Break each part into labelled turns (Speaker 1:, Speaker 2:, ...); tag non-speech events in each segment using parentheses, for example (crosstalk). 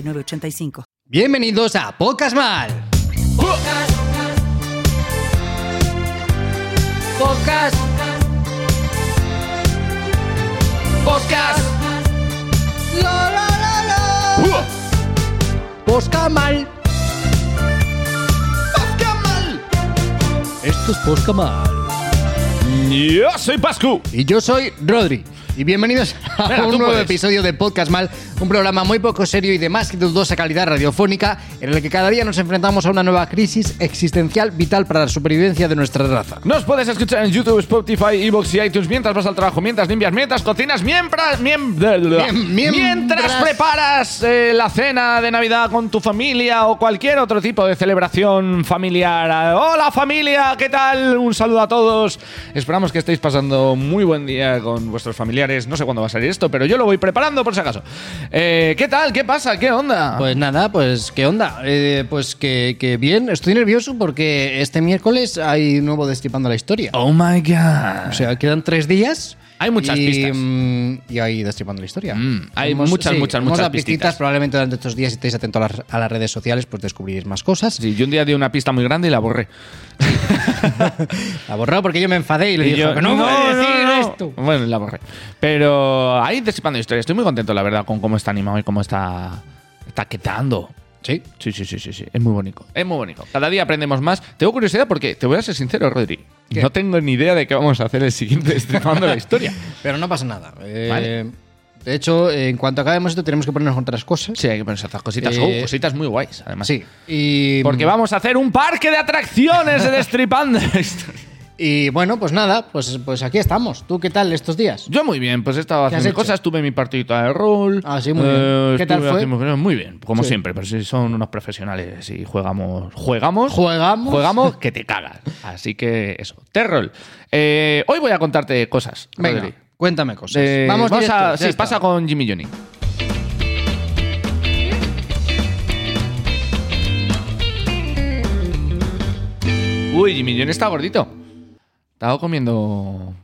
Speaker 1: 985.
Speaker 2: Bienvenidos a Pocas Mal.
Speaker 3: Pocas. Pocas. Pocas.
Speaker 2: Lo, lo, lo, lo. Posca mal. Posca mal. Esto es Posca mal.
Speaker 4: Yo soy Pascu.
Speaker 2: Y yo soy Rodri. Y bienvenidos a
Speaker 4: Venga,
Speaker 2: un
Speaker 4: tú
Speaker 2: nuevo
Speaker 4: puedes.
Speaker 2: episodio de Podcast Mal, un programa muy poco serio y de más que dudosa calidad radiofónica, en el que cada día nos enfrentamos a una nueva crisis existencial vital para la supervivencia de nuestra raza.
Speaker 4: Nos puedes escuchar en YouTube, Spotify, Evox y iTunes mientras vas al trabajo, mientras limpias, mientras cocinas, mientras, miem-
Speaker 2: mientras-
Speaker 4: mientras preparas eh, la cena de Navidad con tu familia o cualquier otro tipo de celebración familiar. Ah, Hola familia, ¿qué tal? Un saludo a todos. Esperamos que estéis pasando muy buen día con vuestros familiares. No sé cuándo va a salir esto, pero yo lo voy preparando por si acaso. Eh, ¿Qué tal? ¿Qué pasa? ¿Qué onda?
Speaker 2: Pues nada, pues qué onda. Eh, pues que, que bien, estoy nervioso porque este miércoles hay nuevo Destripando la Historia.
Speaker 4: oh my god.
Speaker 2: O sea, quedan tres días.
Speaker 4: Hay muchas
Speaker 2: y,
Speaker 4: pistas.
Speaker 2: mm, y hay destripando la historia.
Speaker 4: Mm, hay muchas, muchas,
Speaker 2: hemos
Speaker 4: muchas
Speaker 2: dado
Speaker 4: pistitas.
Speaker 2: Probablemente durante estos días, si estáis atentos a las, a las redes sociales, pues descubriréis más cosas.
Speaker 4: Sí, yo un día di una pista muy grande y la borré.
Speaker 2: La borró porque yo me enfadé y le
Speaker 4: Y
Speaker 2: dije,
Speaker 4: yo,
Speaker 2: "Que no, voy a decir
Speaker 4: no".
Speaker 2: esto.
Speaker 4: Bueno, la borré. Pero ahí destipando historia. Estoy muy contento, la verdad, con cómo está animado y cómo está, está quedando.
Speaker 2: Sí.
Speaker 4: Sí, sí, sí, sí, sí. Es muy bonito. Es muy bonito. Cada día aprendemos más. Tengo curiosidad porque, te voy a ser sincero, Rodri.
Speaker 2: ¿Qué?
Speaker 4: No tengo ni idea de qué vamos a hacer
Speaker 2: (laughs)
Speaker 4: el siguiente Destripando la Historia.
Speaker 2: Pero no pasa nada. Eh,
Speaker 4: Vale.
Speaker 2: De hecho, en cuanto acabemos esto, tenemos que ponernos con otras cosas.
Speaker 4: Sí, hay que pensar otras cositas.
Speaker 2: Eh,
Speaker 4: Oh, cositas muy guays, además.
Speaker 2: Sí. Mm. Y,
Speaker 4: Porque vamos a hacer un parque de atracciones de Destripando la
Speaker 2: (laughs)
Speaker 4: Historia.
Speaker 2: y bueno, pues nada, pues, pues aquí estamos. ¿Tú qué tal estos días?
Speaker 4: Yo muy bien, pues he estado
Speaker 2: ¿Qué has
Speaker 4: haciendo
Speaker 2: hecho?
Speaker 4: cosas, tuve mi partidita de rol. eh,
Speaker 2: Ah, sí, muy bien. ¿Qué tal
Speaker 4: estuve
Speaker 2: fue?
Speaker 4: haciendo- muy bien, como
Speaker 2: Sí.
Speaker 4: siempre, pero si son unos profesionales y jugamos. Jugamos.
Speaker 2: Jugamos.
Speaker 4: Jugamos que te cagas. Así que eso. Terrol. Eh, hoy voy a contarte cosas.
Speaker 2: Venga,
Speaker 4: Rodri.
Speaker 2: cuéntame cosas.
Speaker 4: Eh,
Speaker 2: vamos
Speaker 4: a-
Speaker 2: directo, ya
Speaker 4: sí,
Speaker 2: está.
Speaker 4: pasa con Jimmy Johnny. Uy, Jimmy Johnny está gordito. Estaba comiendo.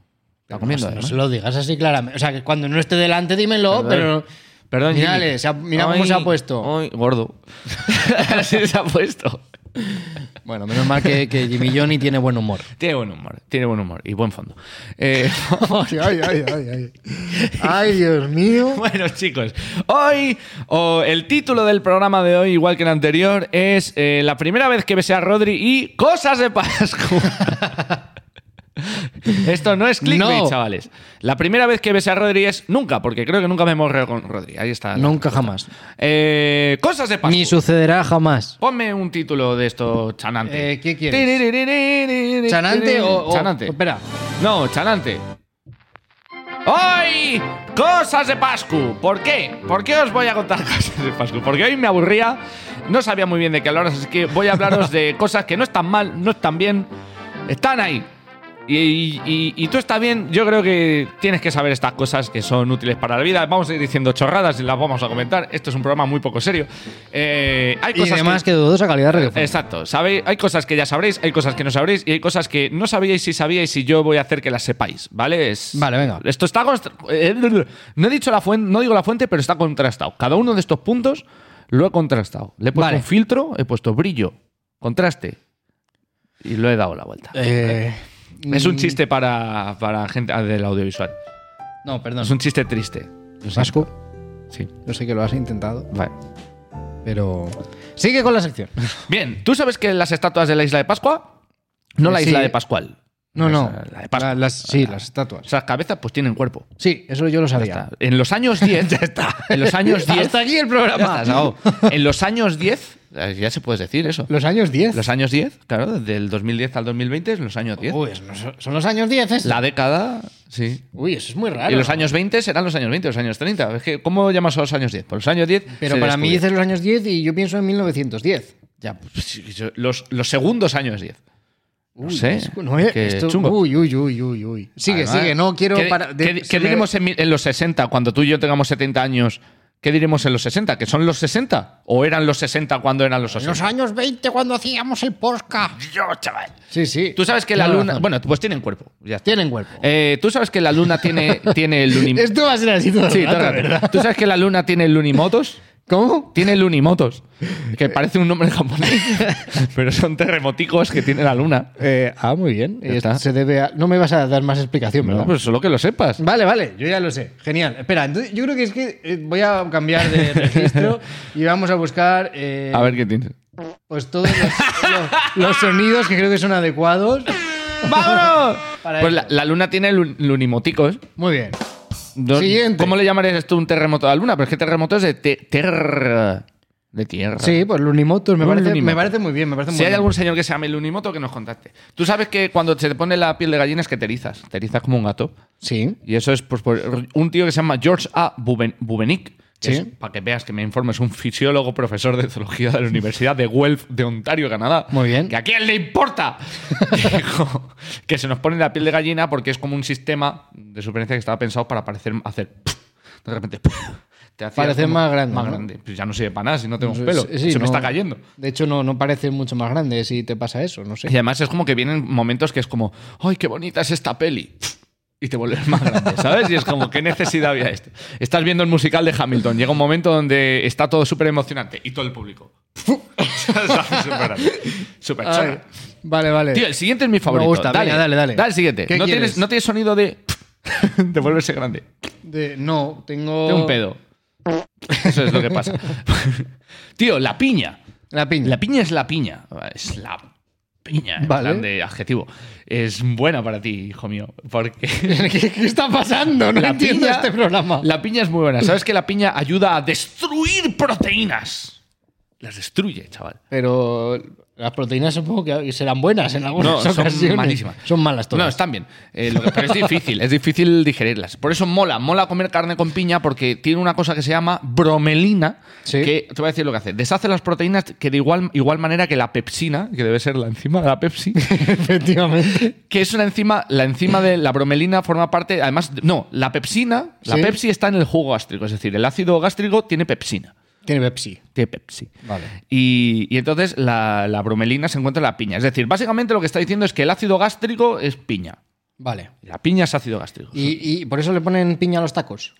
Speaker 4: Estaba
Speaker 2: No,
Speaker 4: comiendo.
Speaker 2: no
Speaker 4: además.
Speaker 2: se lo digas así claramente. O sea, que cuando no esté delante, dímelo, pero.
Speaker 4: Perdón,
Speaker 2: Mírale,
Speaker 4: Jimmy.
Speaker 2: se ha- mira cómo
Speaker 4: Ay,
Speaker 2: se ha puesto.
Speaker 4: ay, gordo. (laughs) Así se ha puesto.
Speaker 2: Bueno, menos mal que, que Jimmy Johnny tiene buen humor.
Speaker 4: Tiene buen humor, tiene buen humor y buen fondo. Eh, (laughs)
Speaker 2: ay, ay, ay, ay. Ay, Dios mío.
Speaker 4: bueno, chicos, hoy, o el título del programa de hoy, igual que el anterior, es eh, La primera vez que besé a Rodri y Cosas de Pascua. (laughs) Esto no es clickbait,
Speaker 2: No.
Speaker 4: chavales. La primera vez que besé a Rodri es nunca, porque creo que nunca me morreo con Rodri. Ahí está.
Speaker 2: Nunca jamás.
Speaker 4: Eh, cosas de Pascua.
Speaker 2: Ni sucederá jamás.
Speaker 4: Ponme un título de esto chanante.
Speaker 2: Eh, ¿qué quieres? ¿Chanante o, o-
Speaker 4: Chanante.
Speaker 2: Espera.
Speaker 4: No, chanante. ¡Hoy! Cosas de Pascu. ¿Por qué? ¿Por qué os voy a contar cosas de Pascu? Porque hoy me aburría, no sabía muy bien de qué hablaros, así que voy a hablaros de cosas que no están mal, no están bien, están ahí. Y, y- y- y tú estás bien, yo creo que tienes que saber estas cosas que son útiles para la vida. Vamos a ir diciendo chorradas y las vamos a comentar. Esto es un programa muy poco serio. Eh, hay
Speaker 2: Y
Speaker 4: cosas
Speaker 2: demás
Speaker 4: que Eh,
Speaker 2: que, de dudosa calidad radiofónica.
Speaker 4: Exacto. Sabéis, hay cosas que ya sabréis, hay cosas que no sabréis y hay cosas que no sabíais si sabíais y yo voy a hacer que las sepáis, ¿vale? Es-
Speaker 2: Vale, venga.
Speaker 4: Esto está const- eh, no he dicho la fuente, no digo la fuente, pero está contrastado. Cada uno de estos puntos lo he contrastado. Le he puesto
Speaker 2: Vale.
Speaker 4: un filtro, he puesto brillo, contraste y lo he dado la vuelta.
Speaker 2: Eh,
Speaker 4: es un
Speaker 2: mm,
Speaker 4: chiste para, para gente ah, del audiovisual.
Speaker 2: No, perdón.
Speaker 4: Es un chiste triste. Lo siento.
Speaker 2: Vasco,
Speaker 4: Sí.
Speaker 2: yo sé que lo has intentado,
Speaker 4: Vale.
Speaker 2: pero. Sigue con la
Speaker 4: (laughs)
Speaker 2: sección.
Speaker 4: Bien, ¿tú sabes que las estatuas de la isla de Pascua? No la
Speaker 2: Eh, Sí.
Speaker 4: isla de Pascual.
Speaker 2: No, no.
Speaker 4: Esa, La de Pascua.
Speaker 2: La- las, sí, las estatuas.
Speaker 4: Esas cabezas pues tienen cuerpo.
Speaker 2: Sí, eso yo lo
Speaker 4: Ya
Speaker 2: sabía.
Speaker 4: está.
Speaker 2: (laughs)
Speaker 4: En los años 10, ya está. En los años 10.
Speaker 2: Hasta aquí el programa.
Speaker 4: Ya está, se acabó. en los años 10, Eh, Ya se puede decir eso.
Speaker 2: Los años 10.
Speaker 4: Los años 10, claro, del 2010 al 2020 es los años 10.
Speaker 2: Uy, es- no son- son los años 10 esto.
Speaker 4: La década, sí.
Speaker 2: Uy, eso es muy raro.
Speaker 4: Y los años 20 serán los años 20, los años 30. Es que, ¿Cómo llamas a los años 10? Pues los años 10.
Speaker 2: Pero
Speaker 4: se
Speaker 2: para mí
Speaker 4: descubrió.
Speaker 2: dices los años 10 y yo pienso en 1910.
Speaker 4: Ya, pues, sí, yo- los, los segundos años 10. No
Speaker 2: Uy,
Speaker 4: sé.
Speaker 2: es- no, eh,
Speaker 4: qué
Speaker 2: esto-
Speaker 4: chungo.
Speaker 2: Uy, uy, uy, uy, uy. Sigue,
Speaker 4: Además,
Speaker 2: sigue, no quiero
Speaker 4: ¿Qué,
Speaker 2: para- de-
Speaker 4: qué-
Speaker 2: se
Speaker 4: qué
Speaker 2: me-
Speaker 4: diremos en, mi- en los 60, cuando tú y yo tengamos 70 años? ¿Qué diremos en los 60? ¿Que son los 60? ¿O eran los 60 cuando eran los 60?
Speaker 2: los años 20 cuando hacíamos el posca.
Speaker 4: Dios, chaval.
Speaker 2: Sí, sí.
Speaker 4: Tú sabes que la
Speaker 2: Tienes
Speaker 4: luna.
Speaker 2: razón.
Speaker 4: Bueno, pues tienen cuerpo. Ya está.
Speaker 2: tienen cuerpo.
Speaker 4: Eh, Tú sabes que la luna
Speaker 2: (laughs)
Speaker 4: tiene, tiene el lunim-
Speaker 2: Eh, Esto va a ser así todo el
Speaker 4: Sí,
Speaker 2: rato,
Speaker 4: todo el rato.
Speaker 2: ¿verdad?
Speaker 4: ¿Tú sabes que la luna tiene lunimotos?
Speaker 2: ¿Cómo? Eh.
Speaker 4: Tiene lunimotos, que parece un nombre japonés,
Speaker 2: (laughs)
Speaker 4: pero son terremoticos que tiene la luna.
Speaker 2: Eh, ah, muy bien.
Speaker 4: Ya
Speaker 2: Y esto
Speaker 4: está.
Speaker 2: se debe a- No me vas a dar más explicación, ¿verdad?
Speaker 4: No, pues solo que lo sepas.
Speaker 2: Vale, vale, yo ya lo sé. Genial. Espera, entonces, yo creo que es que eh, voy a cambiar
Speaker 4: (laughs)
Speaker 2: de registro y vamos a buscar eh,
Speaker 4: A ver qué tienes.
Speaker 2: pues todos los, los- los sonidos que creo que son adecuados.
Speaker 4: ¡Vámonos!
Speaker 2: Para
Speaker 4: Pues
Speaker 2: eso.
Speaker 4: la, la luna tiene lu- lunimoticos.
Speaker 2: Muy bien.
Speaker 4: No-
Speaker 2: Siguiente.
Speaker 4: ¿Cómo le llamarías tú un terremoto a la luna? Pero es que terremoto es de te- ter- de tierra.
Speaker 2: Sí, pues Lunimotos me,
Speaker 4: Un
Speaker 2: parece,
Speaker 4: Lunimoto.
Speaker 2: me parece muy bien. Me parece muy
Speaker 4: Si hay
Speaker 2: bien.
Speaker 4: algún señor que se llame Lunimoto, que nos contacte. Tú sabes que cuando se te pone la piel de gallina es que te erizas. Te erizas como un gato.
Speaker 2: Sí.
Speaker 4: Y eso es pues, por un tío que se llama George A. Buben- Bubenick. que
Speaker 2: Sí.
Speaker 4: es, Para que veas que me informes, un fisiólogo profesor de zoología de la Universidad de Guelph de Ontario, Canadá.
Speaker 2: Muy bien.
Speaker 4: ¿Que a quién
Speaker 2: (laughs)
Speaker 4: le importa? Dijo que se nos pone la piel de gallina porque es como un sistema de supervivencia que estaba pensado para parecer hacer. De repente. Te hacía
Speaker 2: Parecer
Speaker 4: como
Speaker 2: más grande,
Speaker 4: Más
Speaker 2: ¿no?
Speaker 4: grande. Pues ya no sirve para nada si no tengo
Speaker 2: Sí,
Speaker 4: pelo.
Speaker 2: sí,
Speaker 4: se me
Speaker 2: no-
Speaker 4: está cayendo.
Speaker 2: De hecho, no, no parece mucho más grande si te pasa eso, no
Speaker 4: Y
Speaker 2: sé.
Speaker 4: además es como que vienen momentos que es como, ¡ay, qué bonita es esta peli! Y te vuelves más grande, ¿sabes? Y es como, ¿qué necesidad había esto? Estás viendo el musical de Hamilton, llega un momento donde está todo súper emocionante y todo el público. (laughs) ¿Sabes? Súper grande. Súper
Speaker 2: Ay,
Speaker 4: chorra.
Speaker 2: Ah, vale, vale.
Speaker 4: Tío, el siguiente es mi favorito.
Speaker 2: gusta,
Speaker 4: dale,
Speaker 2: venga, dale, dale.
Speaker 4: Dale, el siguiente.
Speaker 2: ¿Qué
Speaker 4: no,
Speaker 2: quieres?
Speaker 4: tienes, no tienes sonido de. (laughs) te vuelves grande.
Speaker 2: De- no, tengo.
Speaker 4: De un pedo. Eso es lo que pasa. (laughs) Tío, la piña.
Speaker 2: La piña.
Speaker 4: La piña es la piña. Es la piña, en
Speaker 2: Vale.
Speaker 4: plan de adjetivo. Es buena para ti, hijo mío.
Speaker 2: (laughs)
Speaker 4: Porque
Speaker 2: (laughs) ¿Qué, qué está pasando? No
Speaker 4: la
Speaker 2: entiendo
Speaker 4: piña-
Speaker 2: este programa.
Speaker 4: La piña es muy buena. ¿Sabes que la piña ayuda a destruir proteínas? Las destruye, chaval.
Speaker 2: Pero las proteínas supongo que serán buenas en algunas
Speaker 4: No,
Speaker 2: ocasiones.
Speaker 4: son malísimas.
Speaker 2: Son malas todas.
Speaker 4: No, están bien. Eh, lo que- pero es difícil, es difícil digerirlas. Por eso mola, mola comer carne con piña porque tiene una cosa que se llama bromelina,
Speaker 2: Sí.
Speaker 4: que te voy a decir lo que hace. Deshace las proteínas que de igual, igual manera que la pepsina, que debe ser la enzima de la Pepsi,
Speaker 2: (laughs) Efectivamente.
Speaker 4: que es una enzima, la enzima de la bromelina forma parte, además, de- no, la pepsina, la
Speaker 2: Sí.
Speaker 4: Pepsi está en el jugo gástrico, es decir, el ácido gástrico tiene pepsina.
Speaker 2: Tiene Pepsi.
Speaker 4: Tiene Pepsi.
Speaker 2: Vale.
Speaker 4: Y, y entonces la, la bromelina se encuentra en la piña. Es decir, básicamente lo que está diciendo es que el ácido gástrico es piña.
Speaker 2: Vale.
Speaker 4: La piña es ácido gástrico.
Speaker 2: Y, y por eso le ponen piña a los tacos.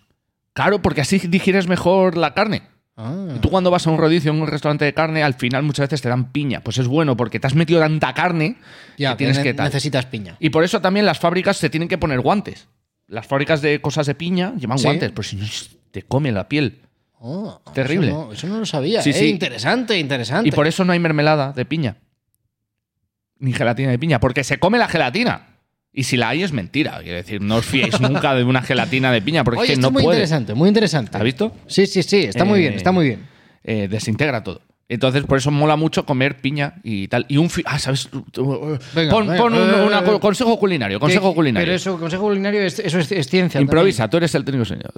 Speaker 4: Claro, porque así digieres mejor la carne.
Speaker 2: Ah.
Speaker 4: Y tú cuando vas a un rodicio, a un restaurante de carne, al final muchas veces te dan piña. Pues es bueno porque te has metido tanta carne
Speaker 2: Ya,
Speaker 4: que tienes
Speaker 2: ne-
Speaker 4: que tal.
Speaker 2: necesitas piña.
Speaker 4: Y por eso también las fábricas se tienen que poner guantes. Las fábricas de cosas de piña llevan
Speaker 2: Sí.
Speaker 4: guantes, pero si no te come la piel.
Speaker 2: Oh,
Speaker 4: Terrible.
Speaker 2: Eso no, eso no lo sabía.
Speaker 4: Sí,
Speaker 2: eh.
Speaker 4: sí.
Speaker 2: Interesante, interesante.
Speaker 4: Y por eso no hay mermelada de piña. Ni gelatina de piña, porque se come la gelatina. Y si la hay es mentira. Quiero decir, no
Speaker 2: (laughs)
Speaker 4: os fiéis nunca de una gelatina de piña, porque
Speaker 2: Oye,
Speaker 4: es que
Speaker 2: esto
Speaker 4: no
Speaker 2: es muy
Speaker 4: puede.
Speaker 2: interesante, muy interesante.
Speaker 4: ¿Has visto?
Speaker 2: Sí, sí, sí. Está muy
Speaker 4: Eh,
Speaker 2: bien, está muy bien.
Speaker 4: eh, desintegra todo. Entonces, por eso mola mucho comer piña y tal. Y un. fi- Ah, ¿sabes?
Speaker 2: Venga,
Speaker 4: pon
Speaker 2: venga,
Speaker 4: pon un
Speaker 2: eh,
Speaker 4: una
Speaker 2: eh,
Speaker 4: co- consejo culinario. Consejo
Speaker 2: Que-
Speaker 4: culinario.
Speaker 2: Pero eso, consejo culinario, es- eso es, es ciencia.
Speaker 4: Improvisa, tú eres el técnico señor.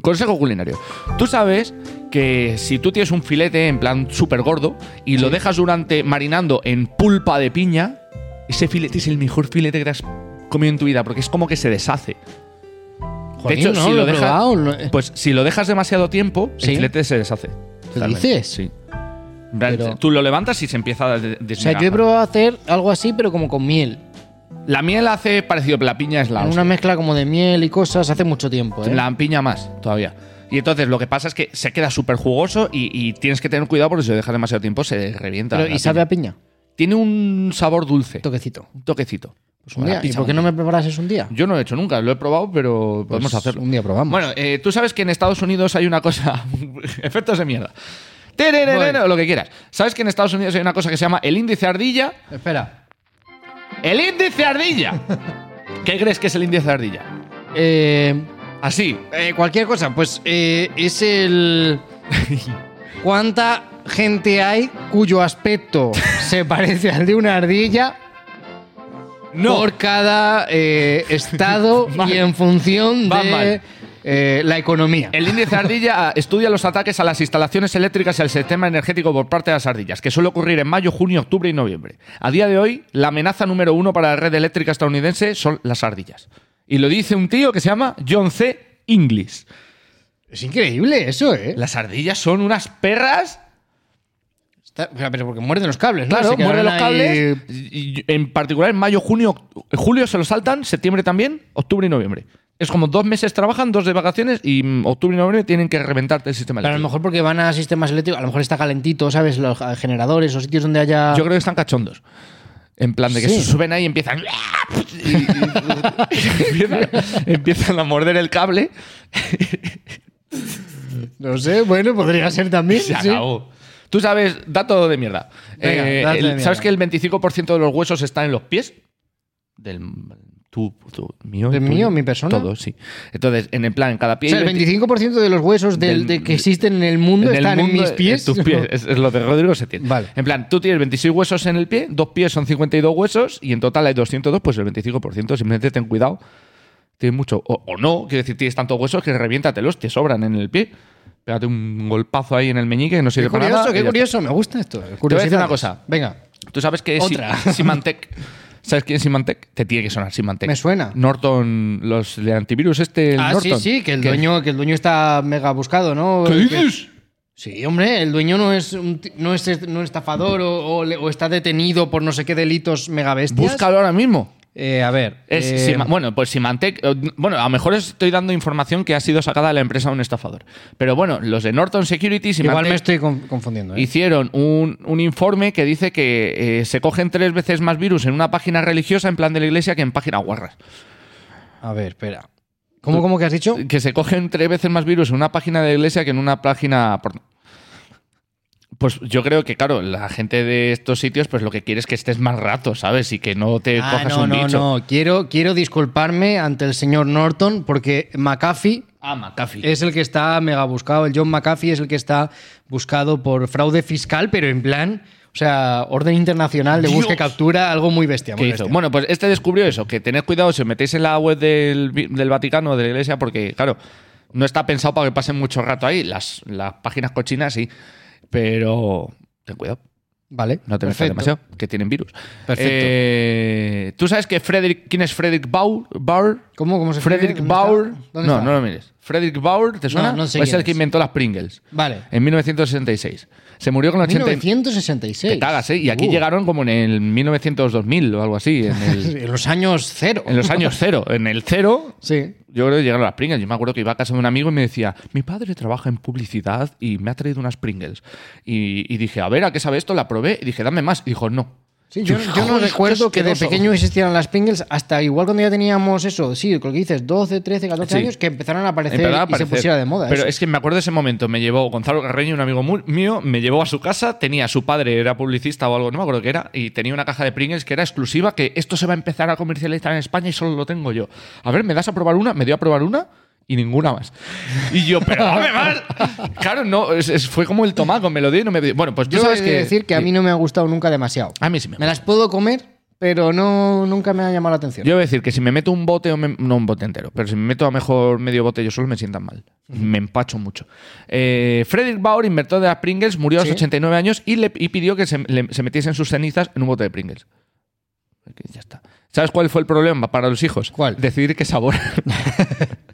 Speaker 4: Consejo culinario. Tú sabes que si tú tienes un filete en plan súper gordo y lo dejas durante marinando en pulpa de piña, ese filete es el mejor filete que te has comido en tu vida porque es como que se deshace.
Speaker 2: también. Jolín,
Speaker 4: de hecho,
Speaker 2: no,
Speaker 4: si, lo
Speaker 2: he
Speaker 4: dejas,
Speaker 2: probado, no- eh,
Speaker 4: pues, si lo dejas demasiado tiempo,
Speaker 2: Sí.
Speaker 4: el filete se deshace. Totalmente.
Speaker 2: dices?
Speaker 4: Sí. En plan,
Speaker 2: Pero-
Speaker 4: Tú lo levantas y se empieza a de-
Speaker 2: o sea, yo he
Speaker 4: desmembrar.
Speaker 2: probado hacer algo así, pero como con miel.
Speaker 4: La miel hace parecido, pero la piña es la
Speaker 2: En
Speaker 4: hostia.
Speaker 2: una mezcla como de miel y cosas hace mucho tiempo. ¿eh?
Speaker 4: La piña más, todavía. Y entonces lo que pasa es que se queda súper jugoso y, y tienes que tener cuidado porque si lo dejas demasiado tiempo se revienta.
Speaker 2: Pero,
Speaker 4: la
Speaker 2: y sabe
Speaker 4: piña.
Speaker 2: a piña,
Speaker 4: Tiene un sabor dulce,
Speaker 2: toquecito.
Speaker 4: un toquecito.
Speaker 2: Pues
Speaker 4: Como
Speaker 2: un
Speaker 4: la
Speaker 2: día. ¿Y
Speaker 4: pizza,
Speaker 2: por qué no me preparas eso un día?
Speaker 4: Yo no lo he hecho nunca, lo he probado, pero podemos
Speaker 2: Pues
Speaker 4: hacerlo.
Speaker 2: Un día probamos.
Speaker 4: Bueno, eh, tú sabes que en Estados Unidos hay una cosa. (laughs) efectos de mierda. Terererero,
Speaker 2: Bueno.
Speaker 4: Lo que quieras. ¿Sabes que en Estados Unidos hay una cosa que se llama el índice ardilla?
Speaker 2: Espera.
Speaker 4: ¡El
Speaker 2: (laughs)
Speaker 4: índice ardilla! ¿Qué crees que es el índice ardilla?
Speaker 2: Eh,
Speaker 4: Así. (laughs)
Speaker 2: eh, cualquier cosa, pues eh, es el. ¿Cuánta gente hay cuyo aspecto se parece al de una ardilla?
Speaker 4: No.
Speaker 2: Por cada eh,
Speaker 4: (laughs)
Speaker 2: estado
Speaker 4: Mal.
Speaker 2: y en función
Speaker 4: Van
Speaker 2: de
Speaker 4: mal.
Speaker 2: eh, la economía.
Speaker 4: El índice ardilla ah, estudia los ataques a las instalaciones eléctricas y al sistema energético por parte de las ardillas, que suele ocurrir en mayo, junio, octubre y noviembre. A día de hoy, la amenaza número uno para la red eléctrica estadounidense son las ardillas. Y lo dice un tío que se llama John C. Inglis.
Speaker 2: Es increíble eso, ¿eh?
Speaker 4: Las ardillas son unas perras.
Speaker 2: Está- o sea, pero porque muerden los cables, ¿no?
Speaker 4: Claro,
Speaker 2: Se
Speaker 4: muerden los
Speaker 2: quedarán ahí-
Speaker 4: cables. y- y en particular en mayo, junio, oct- julio se los saltan, septiembre también, octubre y noviembre. Es como dos meses trabajan, dos de vacaciones y mm, octubre y noviembre tienen que reventarte el sistema
Speaker 2: Pero a lo
Speaker 4: eléctrico.
Speaker 2: mejor porque van a sistemas eléctricos, a lo mejor está calentito, ¿sabes? Los eh, generadores o sitios donde haya...
Speaker 4: Yo creo que están cachondos. En plan de que
Speaker 2: Sí.
Speaker 4: se suben ahí y empiezan. (laughs) y- y- y empiezan, empiezan a morder el cable.
Speaker 2: No sé, bueno, podría ser también.
Speaker 4: (laughs) Se
Speaker 2: sí.
Speaker 4: acabó. Tú sabes, dato de mierda.
Speaker 2: Venga,
Speaker 4: Eh,
Speaker 2: dato de
Speaker 4: el-
Speaker 2: mierda.
Speaker 4: ¿Sabes que el 25% de los huesos están en los pies? Del tú, tú, mío.
Speaker 2: ¿Del
Speaker 4: tuyo,
Speaker 2: mío, mi persona?
Speaker 4: Todo, sí. Entonces, en el plan, en cada
Speaker 2: O
Speaker 4: pie.
Speaker 2: sea,
Speaker 4: hay
Speaker 2: el
Speaker 4: 20
Speaker 2: 25% de los huesos del,
Speaker 4: del-
Speaker 2: de que existen en el mundo
Speaker 4: el
Speaker 2: están en
Speaker 4: mundo,
Speaker 2: mis pies.
Speaker 4: tus
Speaker 2: (laughs)
Speaker 4: pies. Es, es lo de Rodrigo se tiene.
Speaker 2: Vale.
Speaker 4: En plan, tú tienes 26 huesos en el pie, dos pies son 52 huesos y en total hay 202, pues el 25%. Simplemente ten cuidado. Tienes mucho. O, o no, quiero decir, tienes tantos huesos que reviéntatelos, te sobran en el pie. Pégate un golpazo ahí en el meñique que no
Speaker 2: Qué
Speaker 4: sirve para
Speaker 2: curioso,
Speaker 4: nada. y
Speaker 2: qué
Speaker 4: ya
Speaker 2: curioso. Me gusta esto.
Speaker 4: voy a decir
Speaker 2: Curiosidades.
Speaker 4: una cosa.
Speaker 2: Venga.
Speaker 4: está. Tú sabes que es
Speaker 2: Otra.
Speaker 4: Si- Symantec. ¿Sabes quién es Symantec? Te tiene que sonar Symantec.
Speaker 2: Me suena.
Speaker 4: Norton, los de antivirus este, el
Speaker 2: ah,
Speaker 4: Norton.
Speaker 2: sí, sí, que el, dueño, que el dueño está mega buscado, ¿no?
Speaker 4: ¿Qué
Speaker 2: Que-
Speaker 4: dices?
Speaker 2: Sí, hombre, el dueño no es un, ti- no es est- no es estafador o, o le- o está detenido por no sé qué delitos mega bestias.
Speaker 4: Búscalo ahora mismo.
Speaker 2: Eh, a ver.
Speaker 4: Es
Speaker 2: eh,
Speaker 4: Sima- bueno, pues Symantec. eh, Bueno, a lo mejor estoy dando información que ha sido sacada de la empresa de un estafador. Pero bueno, los de Norton Security,
Speaker 2: igual
Speaker 4: Symantec,
Speaker 2: me estoy con- confundiendo. ¿eh?
Speaker 4: hicieron un, un informe que dice que eh, se cogen tres veces más virus en una página religiosa en plan de la iglesia que en páginas guarras.
Speaker 2: A ver, espera. ¿Cómo, cómo que has dicho?
Speaker 4: Que se cogen tres veces más virus en una página de la iglesia que en una página porno. Pues yo creo que, claro, la gente de estos sitios, pues lo que quiere es que estés más rato, ¿sabes? Y que no te
Speaker 2: Ah,
Speaker 4: cojas
Speaker 2: no,
Speaker 4: un
Speaker 2: no,
Speaker 4: bicho.
Speaker 2: no. Quiero, quiero disculparme ante el señor Norton porque McAfee
Speaker 4: Ah, McAfee.
Speaker 2: es el que está mega buscado. El John McAfee es el que está buscado por fraude fiscal, pero en plan, o sea, orden internacional de
Speaker 4: Dios.
Speaker 2: busca y captura, algo muy bestia.
Speaker 4: ¿Qué
Speaker 2: muy
Speaker 4: hizo?
Speaker 2: bestia.
Speaker 4: Bueno, pues este descubrió eso, que tened cuidado si os metéis en la web del, vi- del Vaticano, de la Iglesia, porque, claro, no está pensado para que pasen mucho rato ahí. Las, las páginas cochinas sí, pero ten cuidado,
Speaker 2: vale,
Speaker 4: no te metas
Speaker 2: perfecto.
Speaker 4: demasiado, que tienen virus.
Speaker 2: Perfecto.
Speaker 4: Eh, ¿Tú sabes que Frederick, quién es Frederick Bauer? Bauer?
Speaker 2: ¿Cómo, cómo se escribe?
Speaker 4: Frederick
Speaker 2: ¿Dónde está?
Speaker 4: Bauer.
Speaker 2: ¿Dónde
Speaker 4: no,
Speaker 2: está?
Speaker 4: no lo mires. Frederick Bauer, ¿te suena?
Speaker 2: no sé
Speaker 4: ¿O es
Speaker 2: quién
Speaker 4: el que
Speaker 2: es.
Speaker 4: inventó las Pringles.
Speaker 2: Vale.
Speaker 4: En 1966. Se murió con 80.
Speaker 2: 1966.
Speaker 4: Te cagas, ¿eh? Y aquí
Speaker 2: Uh,
Speaker 4: llegaron como en el 1900-2000 o algo así. En el,
Speaker 2: (laughs) En los años cero.
Speaker 4: en los años cero. En el cero,
Speaker 2: Sí.
Speaker 4: yo creo que llegaron las Pringles. Yo me acuerdo que iba a casa de un amigo y me decía, mi padre trabaja en publicidad y me ha traído unas Pringles. Y, y dije, a ver, ¿a qué sabe esto? La probé y dije, dame más. Y dijo, no.
Speaker 2: Sí, yo, yo no
Speaker 4: Joder,
Speaker 2: recuerdo que de
Speaker 4: asqueroso.
Speaker 2: pequeño existieran las Pringles hasta igual cuando ya teníamos eso, sí, lo que dices, 12, 13, 14
Speaker 4: Sí.
Speaker 2: años, que empezaron a aparecer
Speaker 4: Empezaba a
Speaker 2: y se
Speaker 4: aparecer.
Speaker 2: pusiera de moda.
Speaker 4: Pero
Speaker 2: eso.
Speaker 4: es que me acuerdo de ese momento. Me llevó Gonzalo Carreño, un amigo mu- mío, me llevó a su casa. Tenía su padre, era publicista o algo, no me acuerdo qué era. Y tenía una caja de Pringles que era exclusiva. Que esto se va a empezar a comercializar en España y solo lo tengo yo. A ver, ¿me das a probar una? Me dio a probar una. Y ninguna más. Y yo, pero
Speaker 2: (laughs)
Speaker 4: dame más. Claro, no, es- es- fue como el tomaco, me lo dio y no me dio. Bueno, pues tú
Speaker 2: yo
Speaker 4: sabes
Speaker 2: he de
Speaker 4: que.
Speaker 2: decir que a mí no me ha gustado nunca demasiado.
Speaker 4: A mí sí me
Speaker 2: Me las puedo comer, pero no nunca me ha llamado la atención.
Speaker 4: Yo voy a decir que si me meto un bote, o me- no un bote entero, pero si me meto a mejor medio bote yo solo me sientan mal. Me empacho mucho. Eh, Frederick Bauer, inventor de las Pringles, murió a los
Speaker 2: Sí.
Speaker 4: 89 años y, le, y pidió que se, le- se metiesen sus cenizas en un bote de Pringles. Ok, Ya está. ¿Sabes cuál fue el problema para los hijos?
Speaker 2: ¿Cuál?
Speaker 4: Decidir qué sabor. (laughs)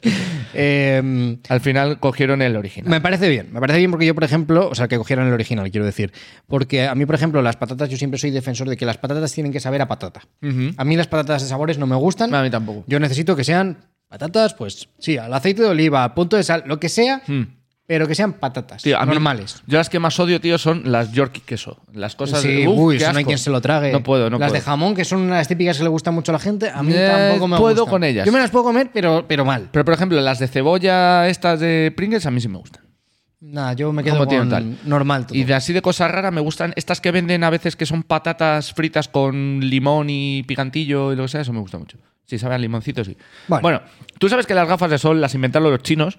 Speaker 2: Eh,
Speaker 4: Al final cogieron el original.
Speaker 2: Me parece bien, me parece bien porque yo, por ejemplo, o sea, que cogieran el original, quiero decir. Porque a mí, por ejemplo, las patatas, yo siempre soy defensor de que las patatas tienen que saber a patata.
Speaker 4: Ujú.
Speaker 2: A mí las patatas de sabores no me gustan.
Speaker 4: A mí tampoco.
Speaker 2: Yo necesito que sean patatas, pues sí, al aceite de oliva, al punto de sal, lo que sea, pero que sean patatas
Speaker 4: Hmm. Tío, a mí-
Speaker 2: normales.
Speaker 4: yo las que más odio, tío, son las Yorkie queso. Las cosas
Speaker 2: Sí,
Speaker 4: de. uf,
Speaker 2: uy,
Speaker 4: qué
Speaker 2: eso no hay
Speaker 4: asco.
Speaker 2: quien se lo trague.
Speaker 4: No puedo, no
Speaker 2: Las
Speaker 4: puedo.
Speaker 2: de jamón, que son unas típicas que le gustan mucho a la gente, a mí
Speaker 4: Eh,
Speaker 2: tampoco me
Speaker 4: puedo
Speaker 2: gustan.
Speaker 4: con ellas.
Speaker 2: Yo me las puedo comer, pero, pero mal.
Speaker 4: Pero por ejemplo, las de cebolla, estas de Pringles, a mí sí me gustan.
Speaker 2: Nada, yo me quedo
Speaker 4: Como tienen
Speaker 2: con
Speaker 4: tal.
Speaker 2: normal todo.
Speaker 4: Y de así de cosas raras me gustan estas que venden a veces que son patatas fritas con limón y picantillo y lo que sea, eso me gusta mucho. Si saben a limoncito, sí.
Speaker 2: Vale.
Speaker 4: Bueno, tú sabes que las gafas de sol las inventaron los chinos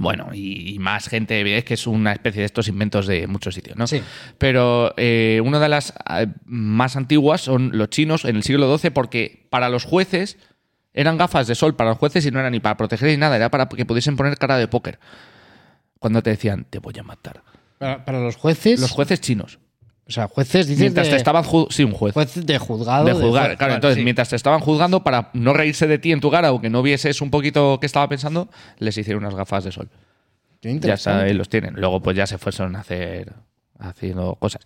Speaker 4: Bueno, y, y más gente, es que es una especie de estos inventos de muchos sitios, ¿no?
Speaker 2: Sí.
Speaker 4: Pero eh, una de las eh, más antiguas son los chinos en el siglo XII, porque para los jueces eran gafas de sol para los jueces y no eran ni para proteger ni nada, era para que pudiesen poner cara de póker. Cuando te decían, te voy a matar.
Speaker 2: Para, para los jueces.
Speaker 4: Los jueces chinos.
Speaker 2: o sea, jueces dicen.
Speaker 4: Mientras
Speaker 2: Pues de,
Speaker 4: te estaban ju- sí, un juez.
Speaker 2: Jueces de juzgado.
Speaker 4: de juzgar,
Speaker 2: juez,
Speaker 4: claro. Entonces,
Speaker 2: sí.
Speaker 4: mientras te estaban juzgando, para no reírse de ti en tu cara o que no vieses un poquito qué estaba pensando, les hicieron unas gafas de sol.
Speaker 2: Qué
Speaker 4: Ya
Speaker 2: interesante.
Speaker 4: sabes, los tienen. Luego, pues ya se fueron a hacer haciendo cosas.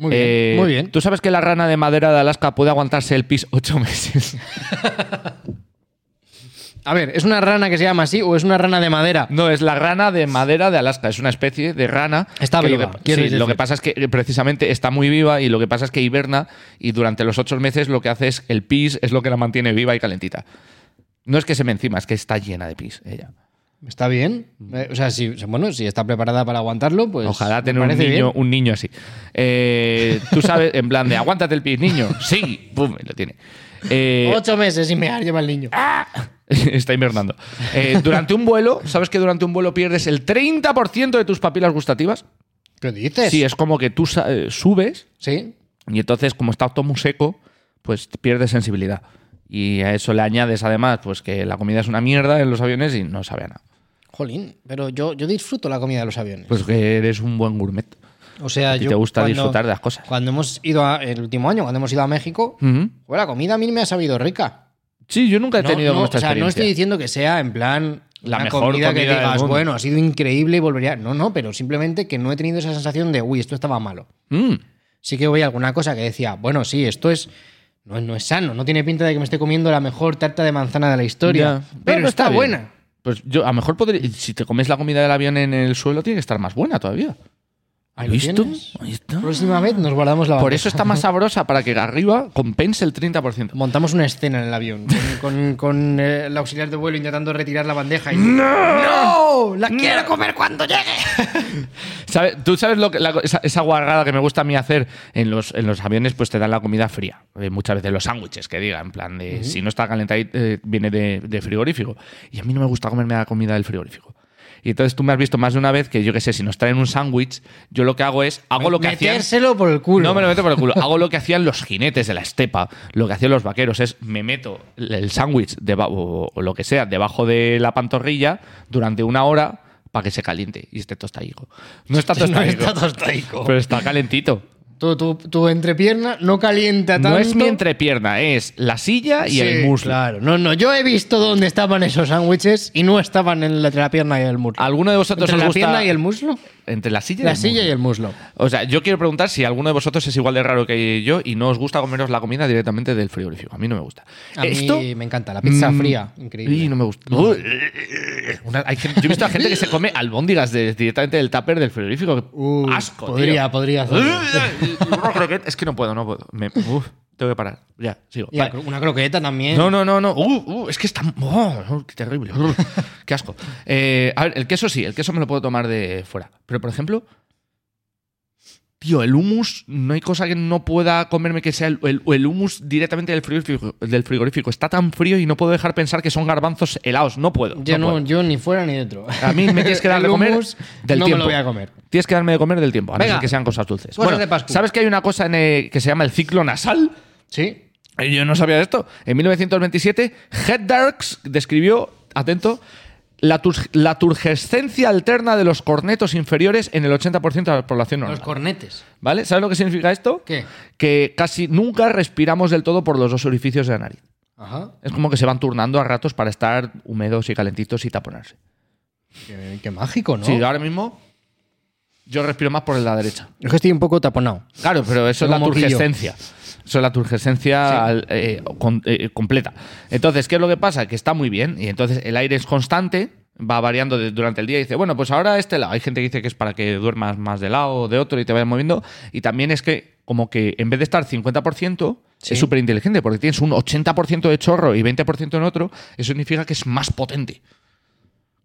Speaker 4: Eh,
Speaker 2: Muy bien, muy bien.
Speaker 4: ¿Tú sabes que la rana de madera de Alaska puede aguantarse el pis ocho meses?
Speaker 2: A ver, ¿es una rana que se llama así o es una rana de madera?
Speaker 4: No, es la rana de madera de Alaska. Es una especie de rana.
Speaker 2: Está
Speaker 4: que lo
Speaker 2: viva,
Speaker 4: que-
Speaker 2: quieres
Speaker 4: sí,
Speaker 2: decir.
Speaker 4: lo que pasa es que eh, precisamente está muy viva y lo que pasa es que hiberna y durante los ocho meses lo que hace es el pis es lo que la mantiene viva y calentita. No es que se me encima, es que está llena de pis ella.
Speaker 2: Está bien. Eh, O sea, si, bueno, si está preparada para aguantarlo, pues.
Speaker 4: Ojalá
Speaker 2: me
Speaker 4: tener un
Speaker 2: parece
Speaker 4: niño,
Speaker 2: bien.
Speaker 4: un niño así. Eh, Tú sabes, en plan de aguántate el pis, niño. Sí, pum, lo tiene. Eh, (laughs)
Speaker 2: Ocho meses sin mear lleva el niño.
Speaker 4: Está invernando. Eh, durante un vuelo, ¿sabes que durante un vuelo pierdes el 30% de tus papilas gustativas?
Speaker 2: ¿Qué dices?
Speaker 4: Sí, es como que tú sa- eh, subes
Speaker 2: Sí.
Speaker 4: y entonces, como está todo muy seco, pues pierdes sensibilidad. Y a eso le añades además pues que la comida es una mierda en los aviones y no sabe a nada.
Speaker 2: Jolín, pero yo, yo disfruto la comida de los aviones.
Speaker 4: Pues que eres un buen gourmet.
Speaker 2: o sea,
Speaker 4: a ti
Speaker 2: yo
Speaker 4: te gusta disfrutar de las cosas. Mm.
Speaker 2: Cuando hemos ido a- el último año, cuando hemos ido a México,
Speaker 4: Ujú.
Speaker 2: joder, la comida a mí me ha sabido rica.
Speaker 4: Sí, yo nunca he tenido
Speaker 2: no,
Speaker 4: mucha
Speaker 2: o sea, no
Speaker 4: experiencia.
Speaker 2: estoy diciendo que sea en plan
Speaker 4: La
Speaker 2: una
Speaker 4: mejor
Speaker 2: comida, que
Speaker 4: comida del
Speaker 2: digas,
Speaker 4: mundo.
Speaker 2: bueno, ha sido increíble y volvería. No, no, pero simplemente que no he tenido esa sensación de, uy, esto estaba malo.
Speaker 4: Mm.
Speaker 2: Sí que voy a alguna cosa que decía, bueno, sí, esto es. No, no es sano, no tiene pinta de que me esté comiendo la mejor tarta de manzana de la historia.
Speaker 4: Ya.
Speaker 2: Pero
Speaker 4: No, no
Speaker 2: está,
Speaker 4: bien.
Speaker 2: buena.
Speaker 4: Pues yo, a lo mejor podría. Si te comes la comida del avión en el suelo, tiene que estar más buena todavía.
Speaker 2: Ahí lo
Speaker 4: ¿Listo?
Speaker 2: tienes.
Speaker 4: Ahí está.
Speaker 2: Próxima vez nos guardamos la
Speaker 4: Por
Speaker 2: bandeja.
Speaker 4: eso está más sabrosa, para que arriba compense el 30%.
Speaker 2: Montamos una escena en el avión
Speaker 4: (laughs)
Speaker 2: con, con- con, eh, el auxiliar de vuelo intentando retirar la bandeja. Y...
Speaker 4: ¡No!
Speaker 2: ¡La quiero comer cuando llegue!
Speaker 4: ¿Sabe- ¿Tú sabes lo que, la- esa, esa guarrada que me gusta a mí hacer en los, en los aviones? Pues te dan la comida fría. Eh, muchas veces los sándwiches, que diga, en plan de si no está calentada, eh, viene de, de frigorífico. Y a mí no me gusta comerme la comida del frigorífico. Y entonces tú me has visto más de una vez que yo qué sé, si nos traen un sándwich, yo lo que hago es, hago lo que hacían.
Speaker 2: Metérselo por el culo.
Speaker 4: No me lo meto por el culo. Hago lo que hacían los jinetes de la estepa, lo que hacían los vaqueros, es me meto el- el sándwich deba- o o lo que sea debajo de la pantorrilla durante una hora para que se caliente y esté tostadico. No está
Speaker 2: (laughs) (laughs) No
Speaker 4: tostadico,
Speaker 2: está tostaico.
Speaker 4: pero está calentito.
Speaker 2: Tu, tu- tu entrepierna no calienta tanto.
Speaker 4: No es mi entrepierna, es la silla y
Speaker 2: Sí,
Speaker 4: el muslo.
Speaker 2: Claro, no, no. Yo he visto dónde estaban esos sándwiches y no estaban en la- entre la pierna y el muslo.
Speaker 4: ¿Alguno de vosotros
Speaker 2: ¿Entre
Speaker 4: os
Speaker 2: la
Speaker 4: gusta-
Speaker 2: pierna y el muslo?
Speaker 4: Entre la silla y
Speaker 2: La
Speaker 4: el
Speaker 2: silla
Speaker 4: muslo.
Speaker 2: y el muslo.
Speaker 4: O sea, yo quiero preguntar si alguno de vosotros es igual de raro que yo y no os gusta comeros la comida directamente del frigorífico. A mí no me gusta.
Speaker 2: A mí
Speaker 4: Esto-
Speaker 2: me encanta, la pizza
Speaker 4: Mm.
Speaker 2: fría, increíble.
Speaker 4: Y no me gusta. Uy, una- hay gente- yo he visto a gente que se come albóndigas de- directamente del tupper del frigorífico.
Speaker 2: Uh,
Speaker 4: Asco.
Speaker 2: podría,
Speaker 4: tío.
Speaker 2: podría
Speaker 4: (laughs)
Speaker 2: hacerlo.
Speaker 4: Una croqueta- Es que no puedo, no puedo. Me- uf, tengo que parar. Ya, sigo.
Speaker 2: Y la
Speaker 4: Vale.
Speaker 2: cro- una croqueta también.
Speaker 4: No, no, no, no. Uh, uh, es que está. oh, oh, qué terrible. Uh, (laughs) qué asco. Eh, a ver, el queso sí, el queso me lo puedo tomar de fuera. Pero, por ejemplo. Tío, el hummus, no hay cosa que no pueda comerme que sea el, el, el hummus directamente del frigorífico, del frigorífico. Está tan frío y no puedo dejar pensar que son garbanzos helados. No puedo.
Speaker 2: yo
Speaker 4: no
Speaker 2: no,
Speaker 4: puedo.
Speaker 2: yo ni fuera ni dentro.
Speaker 4: A mí me
Speaker 2: (laughs)
Speaker 4: tienes que dar
Speaker 2: El
Speaker 4: de comer
Speaker 2: hummus
Speaker 4: del
Speaker 2: no me
Speaker 4: tiempo.
Speaker 2: lo voy a comer.
Speaker 4: Tienes que darme de comer del tiempo, a no
Speaker 2: Venga.
Speaker 4: ser que sean cosas dulces.
Speaker 2: Cosas
Speaker 4: Bueno,
Speaker 2: de Pascu.
Speaker 4: ¿sabes que hay una cosa en, eh, que se llama el ciclo nasal?
Speaker 2: ¿Sí?
Speaker 4: Eh, Yo no sabía de esto. En 1927, Head Darks describió, atento, la, tur- la turgescencia alterna de los cornetos inferiores en el 80% de la población
Speaker 2: Los
Speaker 4: normal.
Speaker 2: cornetes.
Speaker 4: ¿Vale? ¿Sabes lo que significa esto?
Speaker 2: ¿Qué?
Speaker 4: Que casi nunca respiramos del todo por los dos orificios de la nariz.
Speaker 2: Ajá.
Speaker 4: Es como que se van turnando a ratos para estar húmedos y calentitos y taponarse.
Speaker 2: Qué, qué mágico, ¿no?
Speaker 4: Sí, ahora mismo yo respiro más por la derecha.
Speaker 2: Es que estoy un poco taponado.
Speaker 4: Claro, pero eso es
Speaker 2: Tengo
Speaker 4: la
Speaker 2: moquillo.
Speaker 4: turgescencia. Eso es la turgescencia al- eh, con- eh, completa. Entonces, ¿qué es lo que pasa? Que está muy bien. Y entonces el aire es constante, va variando de- durante el día. Y dice, bueno, pues ahora este lado. Hay gente que dice que es para que duermas más de lado o de otro y te vayas moviendo. Y también es que, como que en vez de estar 50%,
Speaker 2: Sí.
Speaker 4: es súper inteligente porque tienes un 80% de chorro y 20% en otro. Eso significa que es más potente.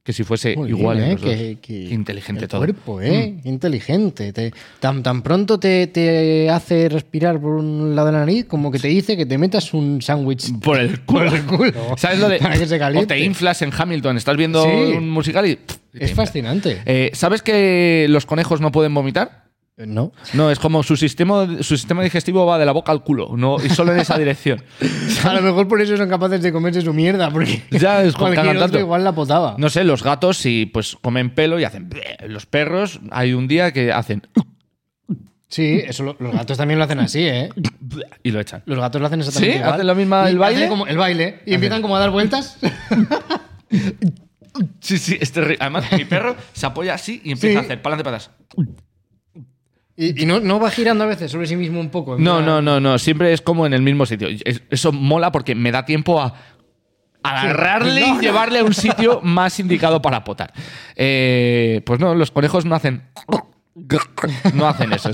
Speaker 4: Que si fuese
Speaker 2: Muy
Speaker 4: igual
Speaker 2: bien,
Speaker 4: en
Speaker 2: ¿eh?
Speaker 4: los dos.
Speaker 2: Que- que-
Speaker 4: inteligente
Speaker 2: el
Speaker 4: todo. Mm.
Speaker 2: cuerpo, ¿eh? Inteligente. Te- tan, tan pronto te, te hace respirar por un lado de la nariz como que te dice que te metas un sándwich.
Speaker 4: Por el culo. (laughs)
Speaker 2: Por el culo.
Speaker 4: ¿Sabes lo de.?
Speaker 2: Para que se caliente.
Speaker 4: o te inflas en Hamilton, estás viendo
Speaker 2: Sí.
Speaker 4: un musical y pff,
Speaker 2: Es fascinante.
Speaker 4: Eh, ¿Sabes que los conejos no pueden vomitar?
Speaker 2: ¿No?
Speaker 4: Eh, No, es como su sistema, su sistema digestivo va de la boca al culo, no, y solo en esa (laughs) dirección.
Speaker 2: A lo mejor por eso son capaces de comerse su mierda, porque
Speaker 4: (laughs) Ya, es con
Speaker 2: cualquier
Speaker 4: cada
Speaker 2: otro
Speaker 4: tanto.
Speaker 2: igual la potaba.
Speaker 4: No sé, los gatos si pues comen pelo y hacen bleh. los perros hay un día que hacen
Speaker 2: Sí, eso lo- los gatos también lo hacen así, ¿eh?
Speaker 4: bleh y lo echan.
Speaker 2: Los gatos lo hacen exactamente
Speaker 4: ¿Sí?
Speaker 2: igual.
Speaker 4: ¿Hacen la misma-
Speaker 2: Y
Speaker 4: el
Speaker 2: hacen
Speaker 4: baile?
Speaker 2: como el baile. Y empiezan como a dar vueltas.
Speaker 4: Sí, sí, es terrible. Además, mi perro se apoya así y empieza
Speaker 2: Sí.
Speaker 4: a hacer para adelante para atrás.
Speaker 2: Y, y no, no va girando a veces sobre sí mismo un poco. en
Speaker 4: No,
Speaker 2: plan-
Speaker 4: no, no, no. Siempre es como en el mismo sitio. Es- Eso mola porque me da tiempo a agarrarle y llevarle a un sitio más indicado para potar. Eh, pues no, los conejos no hacen. No hacen eso.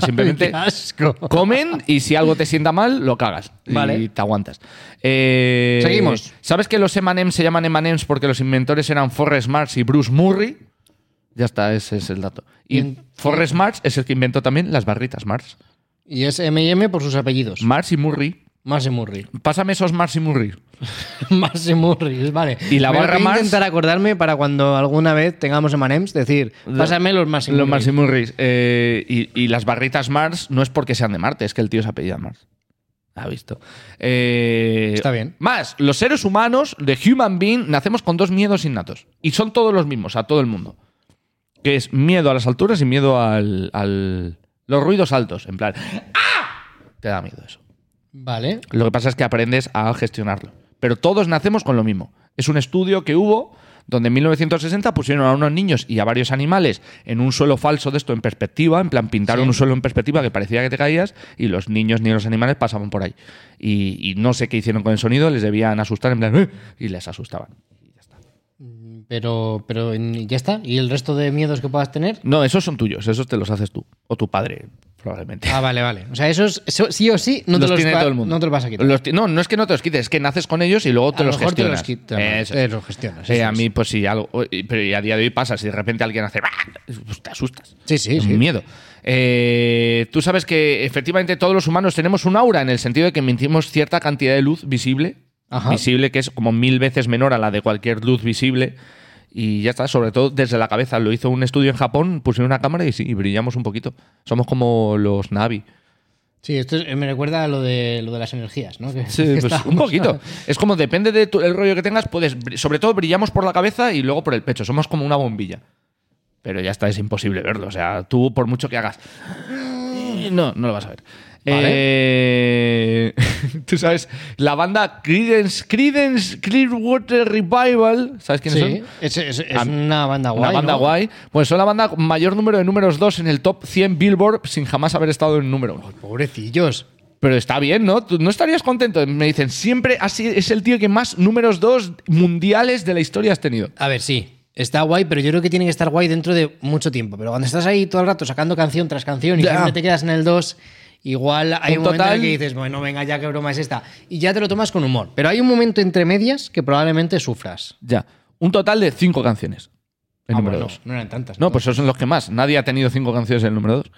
Speaker 2: (laughs)
Speaker 4: Simplemente
Speaker 2: Qué asco.
Speaker 4: comen y si algo te sienta mal, lo cagas.
Speaker 2: Vale.
Speaker 4: Y te aguantas. Eh,
Speaker 2: Seguimos.
Speaker 4: ¿Sabes que los M&M's se llaman M&M's porque los inventores eran Forrest Marsh y Bruce Murray? Ya está, ese es el dato. Y Forrest Marsh es el que inventó también las barritas Marsh.
Speaker 2: Y es M&M por sus apellidos.
Speaker 4: Marsh y Murray.
Speaker 2: Marcy Murray. (laughs)
Speaker 4: Pásame esos Mars y Murray.
Speaker 2: Marcy Murray, vale.
Speaker 4: Y la
Speaker 2: Me lo
Speaker 4: barra
Speaker 2: voy a
Speaker 4: Mars-
Speaker 2: intentar acordarme para cuando alguna vez tengamos M&M's decir, pásame los Marcy
Speaker 4: Los
Speaker 2: Murray.
Speaker 4: Mars y Murray. Eh, y, y las barritas Mars no es porque sean de Marte, es que el tío se apellida Mars. Ha visto. Eh,
Speaker 2: Está bien.
Speaker 4: Más, los seres humanos de Human Being nacemos con dos miedos innatos. Y son todos los mismos, a todo el mundo. Que es miedo a las alturas y miedo al. al- los ruidos altos. En plan. ¡Ah! Te da miedo eso.
Speaker 2: Vale.
Speaker 4: Lo que pasa es que aprendes a gestionarlo. Pero todos nacemos con lo mismo. Es un estudio que hubo donde en 1960 pusieron a unos niños y a varios animales en un suelo falso de esto en perspectiva, en plan pintaron
Speaker 2: Sí.
Speaker 4: un suelo en perspectiva que parecía que te caías y los niños ni los animales pasaban por ahí. Y, y no sé qué hicieron con el sonido, les debían asustar en plan "Eh", y les asustaban.
Speaker 2: Pero, pero en- ya está. ¿Y el resto de miedos que puedas tener?
Speaker 4: No, esos son tuyos, esos te los haces tú o tu padre probablemente.
Speaker 2: Ah, vale, vale. O sea, esos eso sí o sí no te los,
Speaker 4: tiene
Speaker 2: va-
Speaker 4: todo el mundo.
Speaker 2: No te los vas a quitar.
Speaker 4: Los ti- no, no es que no te los quites, es que naces con ellos y luego te
Speaker 2: a
Speaker 4: los
Speaker 2: lo mejor te los
Speaker 4: gestionas.
Speaker 2: eh, quitan.
Speaker 4: Eso.
Speaker 2: Te los gestionas.
Speaker 4: Sí,
Speaker 2: eso
Speaker 4: a
Speaker 2: es.
Speaker 4: mí, pues sí, algo. y- Pero y a día de hoy pasa, si de repente alguien hace. "Bah", pues te asustas.
Speaker 2: Sí, sí,
Speaker 4: Es
Speaker 2: sí.
Speaker 4: un miedo. Eh, Tú sabes que efectivamente todos los humanos tenemos un aura en el sentido de que emitimos cierta cantidad de luz visible.
Speaker 2: Ajá.
Speaker 4: Visible, que es como mil veces menor a la de cualquier luz visible. Y ya está, sobre todo desde la cabeza. Lo hizo un estudio en Japón, pusieron una cámara y sí, y brillamos un poquito. Somos como los Navi.
Speaker 2: Sí, esto es- me recuerda a lo de, lo de las energías, ¿no? Que- (laughs)
Speaker 4: Sí,
Speaker 2: que
Speaker 4: pues, un
Speaker 2: estábamos-
Speaker 4: poquito. Es como depende del rollo que tengas, puedes. bri- Sobre todo brillamos por la cabeza y luego por el pecho. Somos como una bombilla. Pero ya está, es imposible verlo. O sea, tú por mucho que hagas. No, no lo vas a ver.
Speaker 2: Mm. Vale.
Speaker 4: Eh, (laughs) tú sabes, la banda Creedence, Creedence Clearwater Revival, ¿sabes quiénes
Speaker 2: Sí,
Speaker 4: son?
Speaker 2: es, es- es
Speaker 4: A-
Speaker 2: una banda guay.
Speaker 4: una banda
Speaker 2: ¿no?
Speaker 4: guay. Pues son la banda con mayor número de números 2 en el top 100 Billboard sin jamás haber estado en número 1.
Speaker 2: Pobrecillos.
Speaker 4: Pero está bien, ¿no? ¿Tú no estarías contento? Me dicen, siempre así es el tío que más números dos mundiales de la historia has tenido.
Speaker 2: A ver, sí. Está guay, pero yo creo que tiene que estar guay dentro de mucho tiempo. Pero cuando estás ahí todo el rato sacando canción tras canción y
Speaker 4: Ya.
Speaker 2: siempre te quedas en el 2, igual hay
Speaker 4: Un
Speaker 2: un, momento en
Speaker 4: total-
Speaker 2: el que dices, bueno, venga, ya qué broma es esta. Y ya te lo tomas con humor. Pero hay un momento entre medias que probablemente sufras.
Speaker 4: Ya. Un total de cinco canciones. El
Speaker 2: Ah,
Speaker 4: número
Speaker 2: bueno,
Speaker 4: dos.
Speaker 2: no eran tantas.
Speaker 4: No, pues esos son los que más. Nadie ha tenido cinco canciones en el número dos.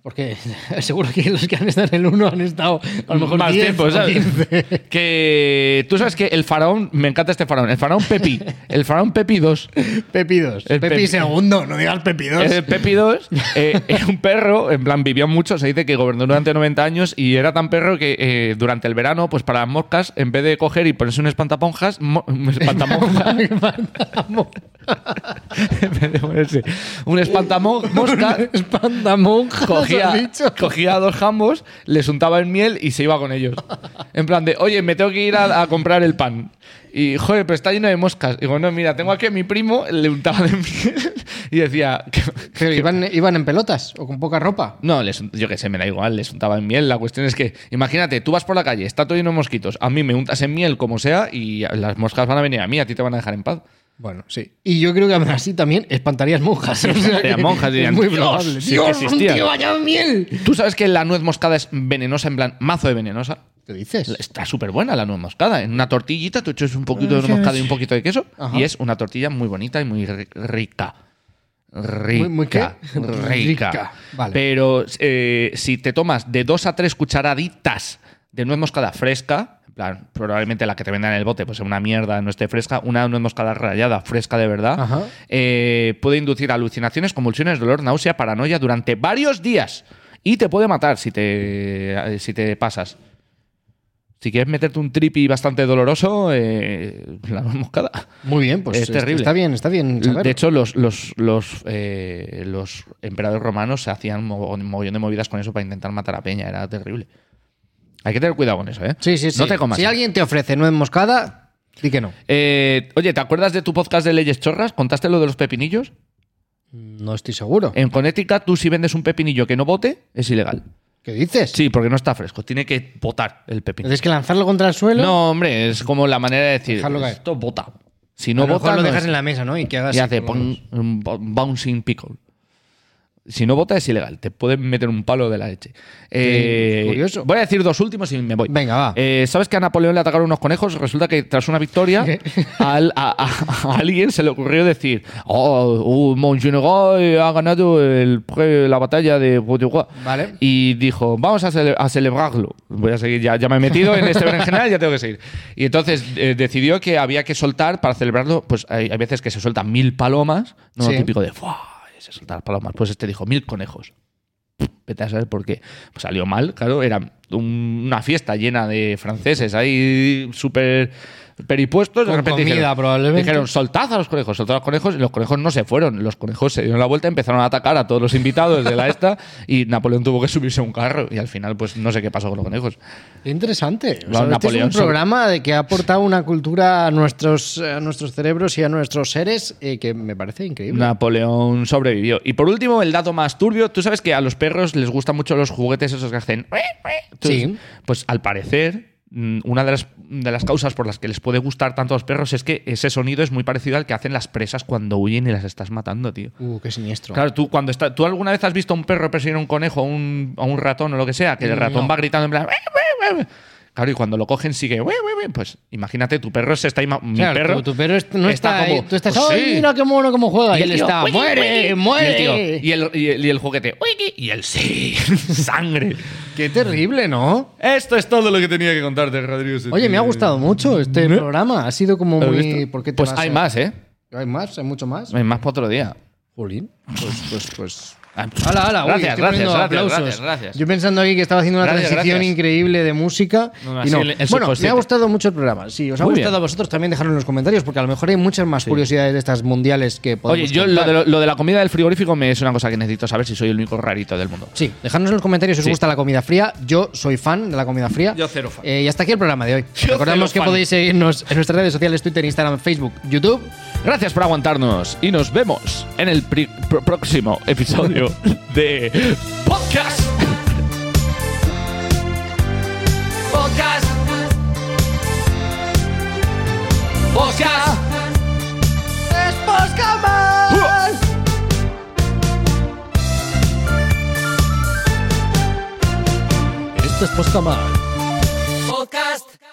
Speaker 2: Porque (laughs) seguro que los que han estado en el 1 han estado a lo mejor
Speaker 4: Más
Speaker 2: 10
Speaker 4: tiempo,
Speaker 2: o
Speaker 4: ¿sabes? (laughs)
Speaker 2: 15.
Speaker 4: Que tú sabes que el faraón, me encanta este faraón, el faraón Pepi, el faraón Pepi 2,
Speaker 2: Pepi 2.
Speaker 4: El
Speaker 2: Pepi,
Speaker 4: Pepi.
Speaker 2: segundo, no digas Pepi 2. (laughs)
Speaker 4: el Pepi 2 eh, era un perro, en plan vivió mucho, se dice que gobernó durante 90 años y era tan perro que eh, durante el verano, pues para las moscas, en vez de coger y ponerse un espantaponjas, mo- un espantamonjas,
Speaker 2: (laughs)
Speaker 4: En vez de ponerse un espantamosca,
Speaker 2: Espantamonjas,
Speaker 4: cogía,
Speaker 2: has dicho.
Speaker 4: cogía dos jambos, les untaba en miel y se iba con ellos. En plan de, oye, me tengo que ir a, a comprar el pan. Y, joder, pero está lleno de moscas. Y digo, no, mira, tengo aquí a mi primo, le untaba de miel y decía... que-
Speaker 2: Pero iban, iban en pelotas o con poca ropa.
Speaker 4: No, les, yo qué sé, me da igual, les untaba en miel. La cuestión es que, imagínate, tú vas por la calle, está todo lleno de mosquitos, a mí me untas en miel como sea y las moscas van a venir a mí, a ti te van a dejar en paz.
Speaker 2: Bueno, sí. Y yo creo que aún así también espantarías monjas. (laughs) O sea que
Speaker 4: Las monjas dirían,
Speaker 2: es muy
Speaker 4: "Dios,
Speaker 2: probable.
Speaker 4: sí que
Speaker 2: Dios, un
Speaker 4: existían".
Speaker 2: tío allá en miel.
Speaker 4: ¿Tú sabes que la nuez moscada es venenosa, en plan, mazo de venenosa?
Speaker 2: ¿Qué dices?
Speaker 4: Está súper buena la nuez moscada. En una tortillita tú echas un poquito de nuez moscada y un poquito de queso.
Speaker 2: Ajá.
Speaker 4: Y es una tortilla muy bonita y muy ri- rica. Rica.
Speaker 2: Muy- muy qué?
Speaker 4: Rica.
Speaker 2: (laughs) Rica, vale.
Speaker 4: Pero eh, si te tomas de dos a tres cucharaditas de nuez moscada fresca, en plan, plan, probablemente la que te vendan en el bote, pues es una mierda, no esté fresca, una no moscada rayada, fresca de verdad,
Speaker 2: Ajá.
Speaker 4: eh, puede inducir alucinaciones, convulsiones, dolor, náusea, paranoia durante varios días y te puede matar si te, eh, si te pasas. Si quieres meterte un tripi bastante doloroso, eh, la nuez moscada.
Speaker 2: Muy bien, pues
Speaker 4: Es
Speaker 2: este-
Speaker 4: terrible.
Speaker 2: está bien, está bien. saberlo.
Speaker 4: De hecho, los, los, los, eh, los emperadores romanos se hacían mo- mogollón de movidas con eso para intentar matar a Peña. Era terrible. Hay que tener cuidado con eso, ¿eh?
Speaker 2: sí, sí, sí.
Speaker 4: No te comas.
Speaker 2: Si alguien te ofrece nuez moscada, di que no.
Speaker 4: Eh, oye, ¿te acuerdas de tu podcast de Leyes Chorras? ¿Contaste lo de los pepinillos?
Speaker 2: No estoy seguro.
Speaker 4: En Connecticut, tú si vendes un pepinillo que no bote, es ilegal.
Speaker 2: ¿Qué dices?
Speaker 4: Sí, porque no está fresco. Tiene que botar el pepinillo.
Speaker 2: ¿Tienes que lanzarlo contra el suelo?
Speaker 4: No, hombre, es como la manera de decir,
Speaker 2: Dejarlo caer.
Speaker 4: esto bota. Si
Speaker 2: no
Speaker 4: no
Speaker 2: a lo mejor
Speaker 4: bota,
Speaker 2: lo
Speaker 4: no
Speaker 2: dejas
Speaker 4: es-
Speaker 2: en la mesa, ¿no? Y que hagas.
Speaker 4: y
Speaker 2: así,
Speaker 4: hace
Speaker 2: por lo menos.
Speaker 4: pon- un bo- bouncing pickle. Si no vota es ilegal, te pueden meter un palo de la leche. Eh,
Speaker 2: curioso.
Speaker 4: Voy a decir dos últimos y me voy.
Speaker 2: Venga, va.
Speaker 4: Eh, ¿Sabes que a Napoleón le atacaron unos conejos? Resulta que tras una victoria (laughs) al- a, a- a alguien se le ocurrió decir, oh, oh, mon general ha ganado el pre- la batalla de Bourgogne.
Speaker 2: Vale.
Speaker 4: Y dijo, vamos a, cele- a celebrarlo. Voy a seguir, ya, ya me he metido en este berenjenal, ya tengo que seguir. Y entonces eh, decidió que había que soltar para celebrarlo. Pues hay, hay veces que se sueltan mil palomas, no
Speaker 2: Sí.
Speaker 4: lo típico de, "Fua, se soltan las palomas. Pues este dijo, mil conejos. Vete a saber por qué. Pues salió mal, claro. Era un- una fiesta llena de franceses ahí súper peripuestos.
Speaker 2: Con
Speaker 4: de repente
Speaker 2: comida,
Speaker 4: dijeron,
Speaker 2: probablemente.
Speaker 4: dijeron, soltad a los conejos, soltad a los conejos. Y los conejos no se fueron. Los conejos se dieron la vuelta, empezaron a atacar a todos los invitados de la esta. Y Napoleón tuvo que subirse a un carro. Y al final, pues no sé qué pasó con los conejos.
Speaker 2: Qué interesante. O
Speaker 4: Lo
Speaker 2: sea, este
Speaker 4: Napoleón
Speaker 2: es un
Speaker 4: sobre-
Speaker 2: programa de que ha aportado una cultura a nuestros, a nuestros cerebros y a nuestros seres eh, que me parece increíble.
Speaker 4: Napoleón sobrevivió. Y por último, el dato más turbio. Tú sabes que a los perros les gustan mucho los juguetes esos que hacen. Entonces,
Speaker 2: Sí.
Speaker 4: Pues al parecer, mm, una de las, de las causas por las que les puede gustar tanto a los perros es que ese sonido es muy parecido al que hacen las presas cuando huyen y las estás matando, tío.
Speaker 2: Uh, qué siniestro.
Speaker 4: Claro, tú cuando está, tú alguna vez has visto a un perro perseguir a un conejo, a un, a un ratón o lo que sea, que el ratón
Speaker 2: No.
Speaker 4: va gritando en plan. "Ue, ue, ue". Claro, y cuando lo cogen sigue. "Ue, ue, ue". Pues imagínate, tu perro se está. ima- Mi
Speaker 2: Claro,
Speaker 4: perro.
Speaker 2: tu, tu perro est- no está, ahí.
Speaker 4: como,
Speaker 2: Tú estás,
Speaker 4: "Pues
Speaker 2: ¡ay,
Speaker 4: sí".
Speaker 2: mira qué mono cómo juega! Y,
Speaker 4: el
Speaker 2: él
Speaker 4: tío,
Speaker 2: está,
Speaker 4: "Wiki,
Speaker 2: ¡muere,
Speaker 4: wiki".
Speaker 2: muere!
Speaker 4: Y el, tío, y, el, y el juguete, "Wiki". y el sí, (laughs) sangre.
Speaker 2: Qué terrible, ¿no?
Speaker 4: Esto es todo lo que tenía que contarte, Rodrigo.
Speaker 2: Oye, me ha gustado mucho este programa. Ha sido como
Speaker 4: ¿Eh? ¿Lo has
Speaker 2: muy...
Speaker 4: visto?
Speaker 2: ¿por qué te
Speaker 4: pues
Speaker 2: vas
Speaker 4: hay
Speaker 2: a-
Speaker 4: más, ¿eh?
Speaker 2: ¿Hay más? ¿Hay mucho más?
Speaker 4: Hay más para otro día.
Speaker 2: Jolín. Pues, pues, pues...
Speaker 4: Ah,
Speaker 2: Hala, hala, uy,
Speaker 4: gracias,
Speaker 2: estoy
Speaker 4: gracias,
Speaker 2: poniendo
Speaker 4: gracias,
Speaker 2: aplausos.
Speaker 4: gracias, gracias.
Speaker 2: Yo pensando aquí que estaba haciendo una
Speaker 4: Gracias,
Speaker 2: transición
Speaker 4: gracias.
Speaker 2: increíble de música.
Speaker 4: No,
Speaker 2: y
Speaker 4: así
Speaker 2: no.
Speaker 4: el-
Speaker 2: bueno,
Speaker 4: el
Speaker 2: me
Speaker 4: subconsciente.
Speaker 2: ha gustado mucho el programa. Si os ha
Speaker 4: Muy
Speaker 2: gustado
Speaker 4: bien.
Speaker 2: a vosotros, también dejadlo en los comentarios, porque a lo mejor hay muchas más curiosidades de estas mundiales que podemos
Speaker 4: Oye, yo
Speaker 2: contar.
Speaker 4: lo de, lo- lo de la comida del frigorífico me es una cosa que necesito saber si soy el único rarito del mundo.
Speaker 2: Sí, dejadnos en los comentarios si os
Speaker 4: Sí.
Speaker 2: gusta la comida fría. Yo soy fan de la comida fría.
Speaker 4: Yo cero fan.
Speaker 2: Eh, y hasta aquí el programa de hoy.
Speaker 4: Yo
Speaker 2: Recordamos
Speaker 4: cero
Speaker 2: que
Speaker 4: fan.
Speaker 2: podéis seguirnos en nuestras redes sociales, Twitter, Instagram, Facebook, YouTube.
Speaker 4: Gracias por aguantarnos y nos vemos en el pri- pr- próximo
Speaker 3: (laughs)
Speaker 4: episodio de Podcast.
Speaker 3: Podcast. Podcast. Es podcast más.
Speaker 2: Esto es Postcama.
Speaker 3: Podcast.